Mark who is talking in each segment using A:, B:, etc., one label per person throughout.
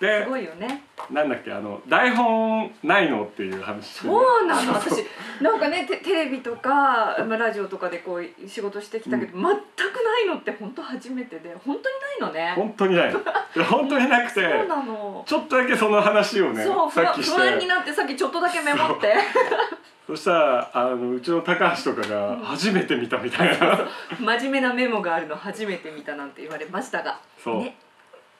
A: です
B: ごいよね
A: なんだっけあの台本ないのっていう話してね
B: そうなの私なんかねテテレビとかまあラジオとかでこう仕事してきたけど、全くないのって本当初めてで本当にないのね
A: 本当 にないのいや本当になくて
B: そうなの、
A: ちょっとだけその話をね
B: そう不
A: さ
B: 安
A: っきし
B: 不安に
A: て
B: なってさっきちょっとだけメモって
A: そしたらあのうちの高橋とかが初めて見たみたいな
B: 真面目なメモがあるの初めて見たなんて言われましたが
A: そう、
B: ね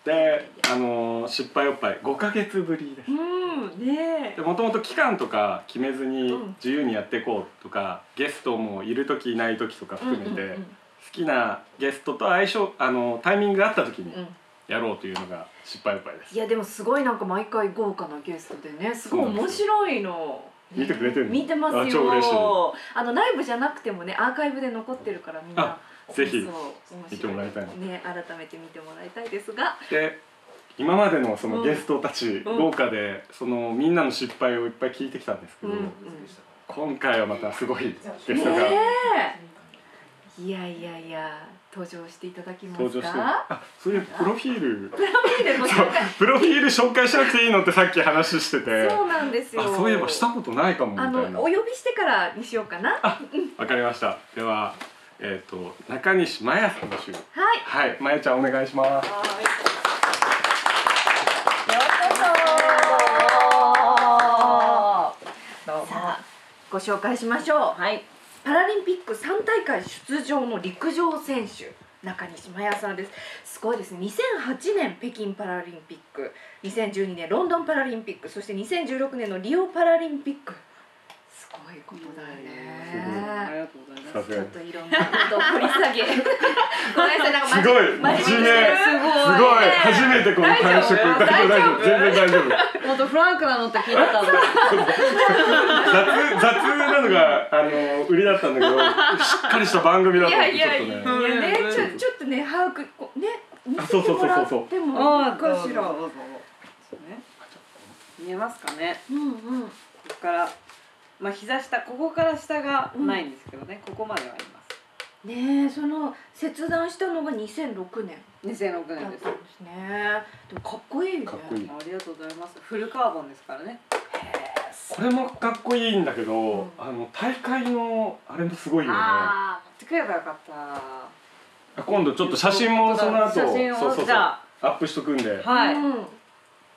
A: であの失敗おっぱい5ヶ月ぶりです
B: うんねえ
A: でもともと期間とか決めずに
B: うん
A: 自由にやっていこうとか、ゲストもいる時いない時とか含めて、
B: うんうん
A: 好きなゲストと相性あのタイミングがあった時に
B: うんうん
A: やろうというのが失敗おっぱいです
B: いやでもすごいなんか毎回豪華なゲストでねすごい面白いの。
A: 見てくれてるの
B: 見てます
A: あ超嬉しい
B: よ。あのライブじゃなくてもねアーカイブで残ってるからみんな。
A: ぜひ
B: そう面白
A: 見てもらいたいな
B: ね改めて見てもらいたいですが。
A: で今までのその
B: うん
A: ゲストたち
B: うん
A: 豪華で、そのみんなの失敗をいっぱい聞いてきたんですけ
B: うん
A: ど、
B: うん。
A: 今回はまたすごいゲ
B: ね
A: ストが
B: え。いやいやいや登場していただきますか。
A: 登場してあそういうプロフィール
B: いいですか
A: そうプロフィール紹介しなくていいのってさっき話してて
B: そうなんですよ。
A: あそういえばしたことないかもみ
B: あ
A: たいな
B: のお呼びしてからにしようかな。は
A: わかりましたではえっ、と中西麻耶さんの集
B: い。
A: はい麻耶ちゃんお願いします
C: どうも。
B: さあご紹介しましょう
C: はい。
B: パラリンピック3大会出場の陸上選手中西麻耶さんですすごいですね2008年北京パラリンピック2012年ロンドンパラリンピックそして2016年のリオパラリンピックすごいことだよ
C: あ
B: ね
C: りがとうござい
A: さ
C: ます。
A: す
B: ち
A: が
B: ょっ
A: に
B: といろんなことを掘り 下げごめんなさいなんか
A: すごい
B: 真面
A: 真面
B: 目
A: 目
B: ですごい
A: すごい初めてこの感触
B: 大丈夫
A: 大丈夫全然大丈夫
C: もっとフランクなのって聞いてたの。
A: 雑雑なのがあの売りだったんだけどしっかりした番組だ
B: い
A: と
B: や
A: 思っ
B: い
A: てちょ
B: や
A: っ
B: いや
A: とね
B: いやねち
A: う
B: ょちょっとね把握こうね見
A: あ
B: せ
A: そう
B: て
A: そう
B: も
A: そう
B: ら
A: そう
B: っ
A: そう
B: てもいいかしら
C: どうぞどうぞそうね見えますかね。
B: うんうん
C: ここから、まあ膝下ここから下がないんですけどね、ここまではあります。
B: ねえその切断したのが2006年
C: 2006
B: だ
C: 年
B: っ
C: です。
B: たんですねでもかっこいいね
A: かっこいい
C: ありがとうございます。フルカーボンですからね。
A: これもかっこいいんだけど、
B: うん
A: あの大会のあれもすごいよね
C: ああ、持ってくればよかった。
A: 今度ちょっと写真もその後
C: 写真を
A: そうそう
C: じ
A: そう
C: ゃ
A: アップしとくんで、
C: はい。
B: う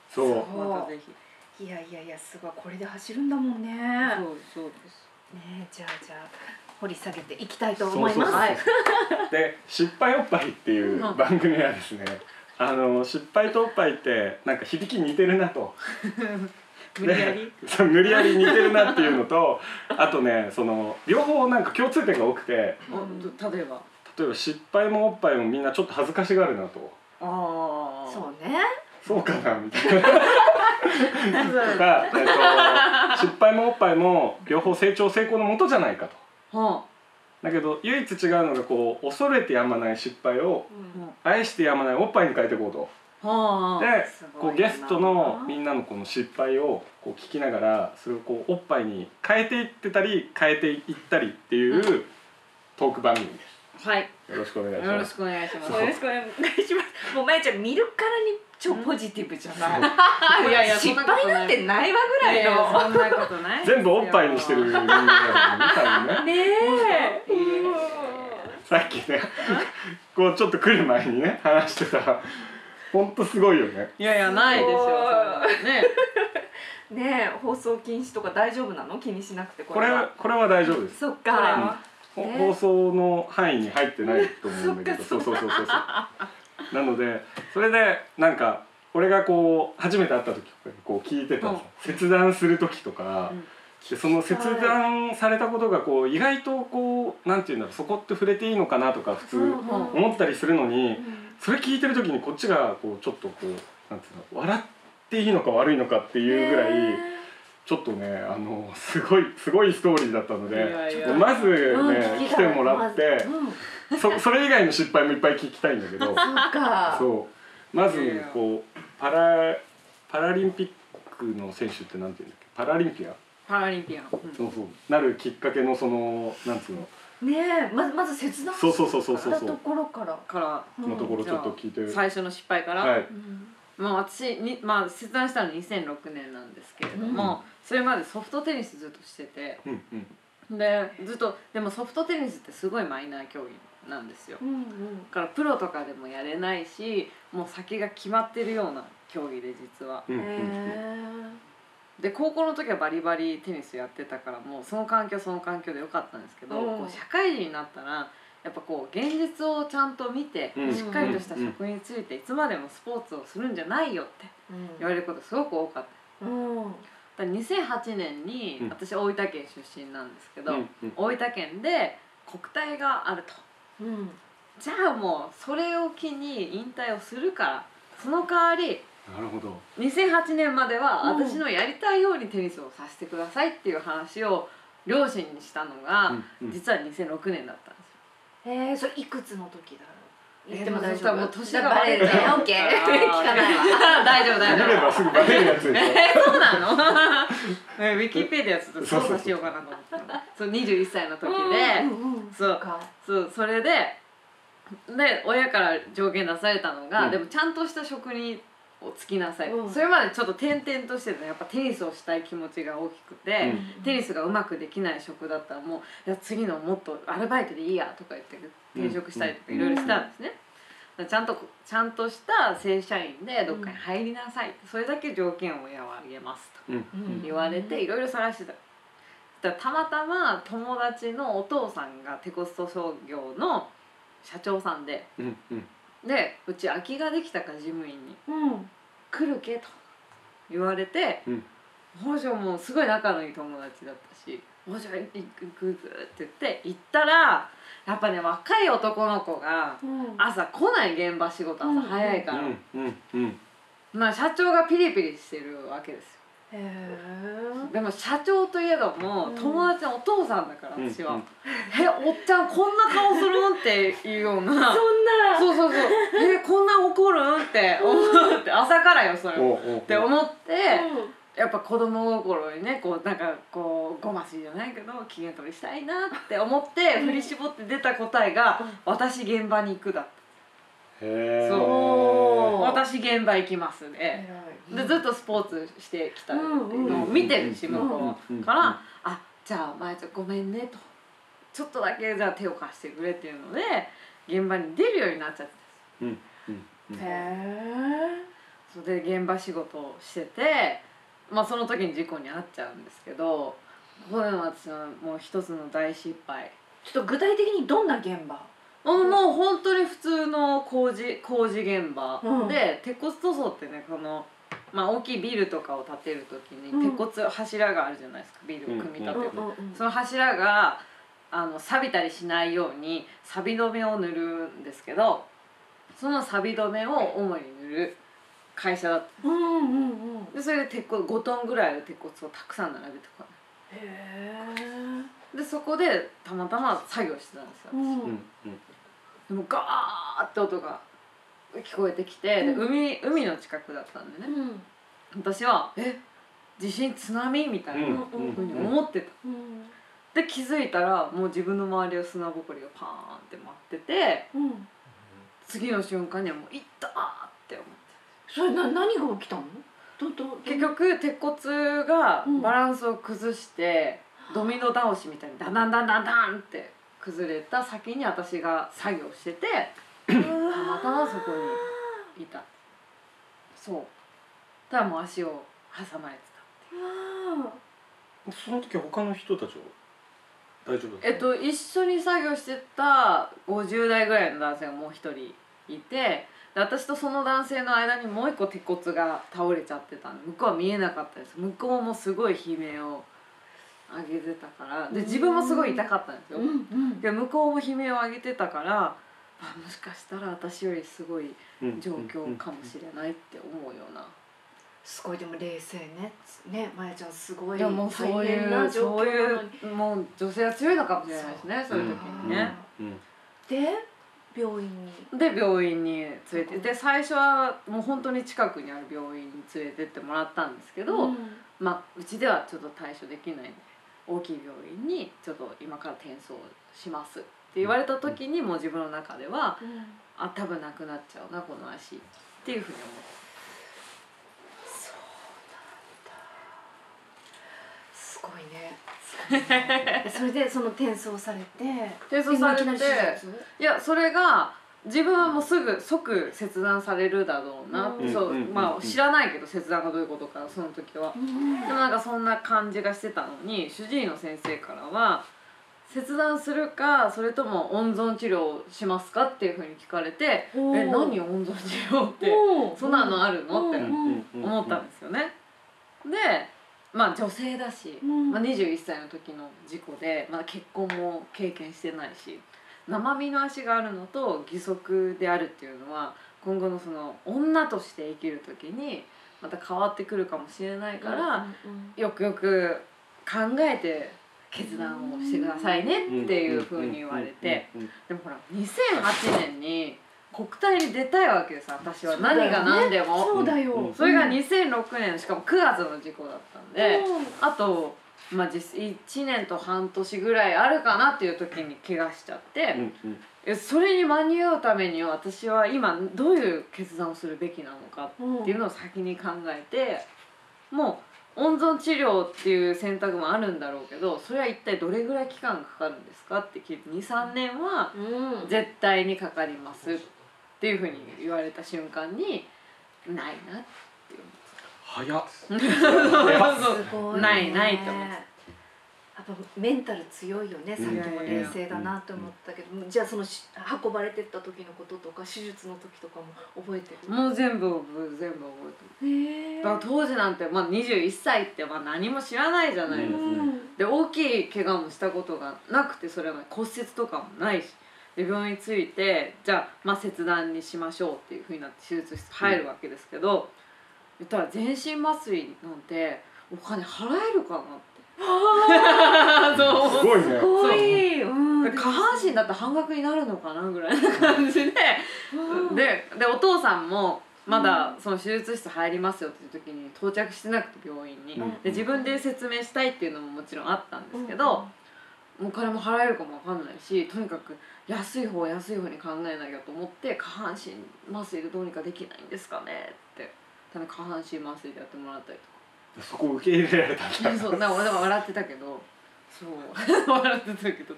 A: そう
B: そう
C: またぜひ。
B: ん、いやいやいやすごいこれで走るんだもんね
C: そう
B: ね
C: そうです。
B: えじゃあじゃあ掘り下げていきたいと思います
A: そうそうそうそうで「失敗おっぱい」っていう番組はですねあの失敗とおっぱいってなんか響き似てるなと
C: 無理やり。
A: でそう無理やり似てるなっていうのとあとねその両方なんか共通点が多くて
C: あど例えば。
A: 例えば失敗もおっぱいもみんなちょっと恥ずかしがるなと
C: ああ。
B: そうね
A: そうかなみた いな
C: なんだろ
A: と
C: う。
A: か、えっと、失敗もおっぱいも両方成長成功のもとじゃないかと。
C: は
A: だけど唯一違うのがこう恐れてやまない失敗を
B: うん
A: 愛してやまないおっぱいに変えていこうと。
C: あ。はあ。
A: で、こ
B: ごいうな
A: ゲストのみんなのこの失敗をこう聞きながらそれをこうおっぱいに変えていってたり変えていったりっていうトーク番組で
C: はい。
A: す。よろしくお願いし
C: よろ
A: ま
C: し
A: す。
C: くお願いします。
B: よろしくお願いしますもうまゆちゃん見るからに超ポジティブじゃない
C: いやいや
B: 失敗なんてないわぐらいの
C: そんなことない。
A: 全部おっぱいにしてる人間だからね多分ね。
B: ねえ、
A: さっきね、こうちょっと来る前にね話してたら、本当すごいよね。
C: いやいやないですよ。そんなのね。
B: ねえ放送禁止とか大丈夫なの気にしなくてこ
A: こ
B: れ
A: れ
B: は
A: これは大丈夫です。
B: そっか、
A: ほ
B: ね
A: 放送の範囲に入ってないと思うんだけどそうそうそうそうそうなのでそれでなんか俺がこう初めて会った時とかにこう聞いてたさ、
C: うん
A: 切断する時とか、
C: うん
A: でその切断されたことがこう意外とこうなんていうんだろうそこって触れていいのかなとか普通
B: うんうん
A: 思ったりするのに、
B: うん
A: それ聞いてる時にこっちがこうちょっとこうなんていうの笑っていいのか悪いのかっていうぐらい。
B: ね
A: ちょっとね、あのすごい すごいストーリーだったので、
C: いやい
A: ち
C: や
A: ょっとまずね、
B: えうん聞き
A: 来
B: たい
A: てもらって、
B: まずうん、
A: そそれ以外の失敗もいっぱい聞きたいんだけ ど、
B: そっか
A: そうまず
C: いやいや
A: こうパラパラリンピックの選手ってなんていうんだっけ、パラリンピア、
C: パラリンピアン。
A: そうそうなるきっかけのそのなんつうの、
B: ねえまずまず切断
A: そうそうそうそうそう
B: したところから
C: から
B: うん
A: のところちょっと聞いて、
C: 最初の失敗から。
A: はい。
B: うん
C: まあ私に、まあ、切断したの2006年なんですけれども、
A: うん
C: それまでソフトテニスずっとしてて
A: うんうん
C: でずっとでもソフトテニスってすごいマイナー競技なんですよ
B: うんうん
C: だからプロとかでもやれないしもう先が決まってるような競技で実は
A: うんうんうん
B: へ
C: で高校の時はバリバリテニスやってたからもうその環境その環境でよかったんですけど、
B: うん
C: こう社会人になったらやっぱこう現実をちゃんと見て、
A: うん
C: しっかりとした職についていつまでもスポーツをするんじゃないよって
B: えうん
C: 言われることすごく多かった。
B: うん
C: だから2008年に
A: うん
C: 私大分県出身なんですけど、
A: うん
C: 大分県で国体があると
B: うん
C: じゃあもうそれを機に引退をするからその代わり
A: なるほど
C: 2008年までは
B: うん
C: 私のやりたいようにテニスをさせてくださいっていう話を両親にしたのが、
A: うんうん
C: 実は2006年だったんですよ。
B: えー、それいくつの時だろう言っても
C: えー
B: 大
C: そし
B: 丈
C: た
B: 夫
C: らもう年が
B: バ
C: バ
B: レ
C: レ
B: る
C: る
B: ね
C: から
B: オッケー聞かないわ
C: 大丈夫大丈
A: 見れば
C: 夫。
A: すぐバレるやつでしょ
C: えそうなのねウィキペディアちょっと操作しようかなと思ってたそう21歳の時で、
B: うんうんうん
C: そう
B: か
C: そうそれでで親から条件出されたのが、
A: うん
C: でもちゃんとした職にをつきなさい、
B: うん
C: それまでちょっと転々としてたやっぱテニスをしたい気持ちが大きくて、
B: うん
C: テニスがうまくできない職だったらもういや次のもっとアルバイトでいいやとか言って転職したりとか
A: うん
C: いろいろしたんですね。だからちゃんとちゃんとした正社員でどっかに入りなさい、それだけ条件を親は言えますと。
A: うんうん
B: うん
C: 言われて
B: うん
C: いろいろ探してた。だからたまたま友達のお父さんがテコスト商業の社長さんで
A: うんうん
C: でうち空きができたから事務員に
B: うん
C: 「来るけ」と言われて
A: うん
C: 北条、もすごい仲のいい友達だったし「北条行く行く」って言って行ったらやっぱね若い男の子が
B: うん
C: 朝来ない現場仕事朝早いから、
A: うんうんうん
C: まあ社長がピリピリしてるわけですよ。
B: へえ
C: でも社長といえども、
B: うん
C: 友達のお父さんだから
A: うん
C: 私は、えおっちゃんこんな顔するんっていうような
B: そ
C: そうそうそうえこんな怒るんって思って朝からよそれっ
A: おうおうおう
C: て思っ
B: ん
C: て、
B: な
C: やっぱ子供心にねこうなんかこうごましじゃないけど機嫌取りしたいなって思って
B: うん
C: 振り絞って出た答えが
B: うん
C: 「私現場に行く」だった
A: へー
B: そう
C: 「私現場行きますね」でずっとスポーツしてきたのを見てるし
A: うん
C: 向こ
A: うん
C: うから「あじゃあまやちゃんごめんね」と「ちょっとだけじゃあ手を貸してくれ」っていうので現場に出るようになっちゃって
A: うんうんうん
B: へえ
C: それで現場仕事をしてて、まあ、その時に事故に遭っちゃうんですけどここでの私のもう一つの大失敗
B: ちょっと具体的にどんな現場
C: もうもう本当に普通の工事工事現場、
B: うん
C: で鉄骨塗装ってねこの、まあ、大きいビルとかを建てる時に
B: うん
C: 鉄骨柱があるじゃないですかビルを組み立てる、
A: うん
B: うん
C: その柱があの錆びたりしないように錆止めを塗るんですけどその錆止めを主に塗る会社だった
B: うんうんうん
C: でそれで鉄骨5トンぐらいの鉄骨をたくさん並べてこ
B: へえ
C: いでそこでたまたま作業してたんですよ、
B: うん
A: うん
C: でもガーって音が聞こえてきて、で
B: うん
C: 海海の近くだったんでね
B: うん
C: 私は「え地震津波?」みたいな
A: うん
C: ふうに
A: うん
C: 思ってた、
B: うん
C: で気づいたらもう自分の周りを砂ぼこりがパーンって舞ってて
B: うん
C: 次の瞬間にはもう「いった!」って思って
B: それな何が起きたのどどど
C: 結局鉄骨が
B: うん
C: バランスを崩して、ドミノ倒しみたいにダンダンダンダンダンって崩れた先に私が作業してて
B: うわ
C: た
B: ー
C: またまそこにいたそうただもう足を挟まれて
B: うわ
A: その時他の人たちは大丈夫だ
C: たえっと一緒に作業してた50代ぐらいの男性がもう一人いてで私とその男性の間にもう一個鉄骨が倒れちゃってたんで向こうは見えなかったです向こうもすごい悲鳴を上げてたからで自分もすごい痛かったんで
B: ー
C: すよ、
B: うんうん
C: で向こうも悲鳴を上げてたからあもしかしたら私よりすごい状況かもしれないって思うような
B: すごいでも冷静ねねまやちゃんすごい
C: でもそう
B: 大
C: い
B: 変な
C: う
B: 状
C: そう
B: 況
C: い
B: なのに
C: うもう女性は強いのかもしれないですねそういう時にね。
A: うんうん
B: で病院に
C: で病院に連れてで最初はもう本当に近くにある病院に連れてってもらったんですけど、
B: うん
C: まあうちではちょっと対処できないんで大きい病院にちょっと今から転送しますって言われた時にもう自分の中では
B: うん
C: あ多分なくなっちゃうなこの足っていうふうに思って
B: それでその転送されて
C: 転送されて
B: でもいきなり手術
C: いやそれが自分はもうすぐ即切断されるだろうな、
B: うん
C: そう
A: うんうん
C: ま
A: うん
C: あ知らないけど切断がどういうことかその時は
B: うん
C: でもなんかそんな感じがしてたのに主治医の先生からは切断するかそれとも温存治療をしますかっていうふうに聞かれて「
B: おー
C: え何温存治療って
B: おー
C: そんなのあるの?」って
B: うん
C: 思ったんですよね。でまあ女性だし、
B: うん
C: まあ、21歳の時の事故で、まあ、結婚も経験してないし生身の足があるのと義足であるっていうのは今後のその女として生きる時にまた変わってくるかもしれないから、
B: うんうん
C: よくよく考えて決断をしてくださいねっていうふうに言われてでもほら2008年に国体に出たいわけです私は
B: そうだよね
C: 何が何でも。
B: そうだよ、
A: うん
C: それが2006年しかも9月の事故だったんで、あと、まあ、実1年と半年ぐらいあるかなっていう時に怪我しちゃって、えそれに間に合うためには私は今どういう決断をするべきなのか
B: うん
C: っていうのを先に考えてもう温存治療っていう選択もあるんだろうけどそれは一体どれぐらい期間がかかるんですかって聞いて23年は
B: うん
C: 絶対にかかりますっていうふうに言われた瞬間にないなっていう。
A: 早っ
C: そ
B: す
C: う
B: ごいね
C: ないないと思って
B: やっぱメンタル強いよねさっきも冷静だなと思ったけど、じゃあそのし運ばれてった時のこととか手術の時とかも覚えてる
C: もう全部覚え全部覚えてる
B: へえ
C: だから当時なんて、まあ、21歳ってまあ何も知らないじゃないですか、で大きい怪我もしたことがなくてそれまで骨折とかもないしで病院に着いてじゃあ,、まあ切断にしましょうっていうふうになって手術室入るわけですけど、言ったら全身麻酔なんてお金払えるかなって そう思
A: す
C: って
A: ごいね
B: すごい、うん、
C: で下半身だって半額になるのかなぐらいな感じで。
B: うん
C: ででお父さんもまだその手術室入りますよっていう時に到着してなくて病院に、
A: うん
C: で自分で説明したいっていうのももちろんあったんですけど、お金も払えるかもわかんないしとにかく安い方は安い方に考えなきゃと思って下半身麻酔でどうにかできないんですかねってただ下半身麻酔でやってもらったり
A: そこ受け入れられた
C: とか そうなんか俺だから笑ってたけどそう 笑ってたけど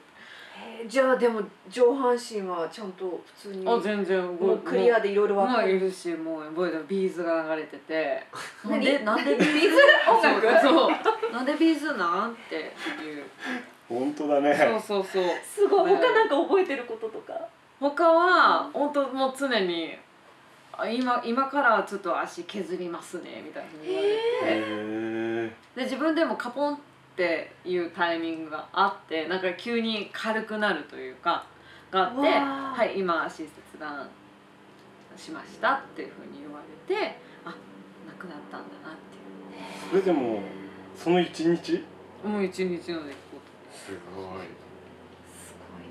B: えーじゃあでも上半身はちゃんと普通に
C: あ
B: も
C: 全然
B: うクリアでいろいろ分
C: ま
B: か
C: あい
B: る
C: るしもうボイドのビーズが流れてて「なんで
B: 何
C: なんでビーズ
B: 音楽
C: そうそうなんでビーズなん?」っていう
A: 本当だ
C: そう
A: ね
C: そうそう
B: すごい
C: ね
B: 他なんか覚えてることとか
C: 他は本当もう常に「あ今今からちょっと足削りますね」みたいなふうに言われて、
A: へ
C: で自分でもカポンっていうタイミングがあってなんか急に軽くなるというかがあって「
B: うわー
C: はい今足切断しました」っていうふうに言われてあなくなったんだなっていう。
A: それでもその一日
C: もう一日の出来
A: すごい
B: すごい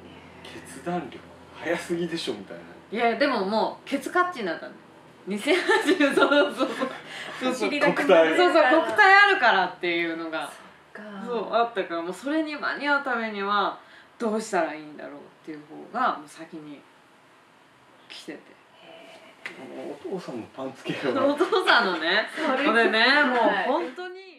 B: ね
A: 決断力早すぎでしょみたいな
C: 事いやでももうケツカッチになったんだ2080そうそうそうそうそうそう
A: 国体
C: 国体あるからっていうのが
B: か
C: そうあったからもうそれに間に合うためにはどうしたらいいんだろうっていう方がもう先に来てて
A: お父さんのパンツ系
C: お
A: は
C: 父さんのね
B: それ
C: これねもう
B: はい
C: 本当に。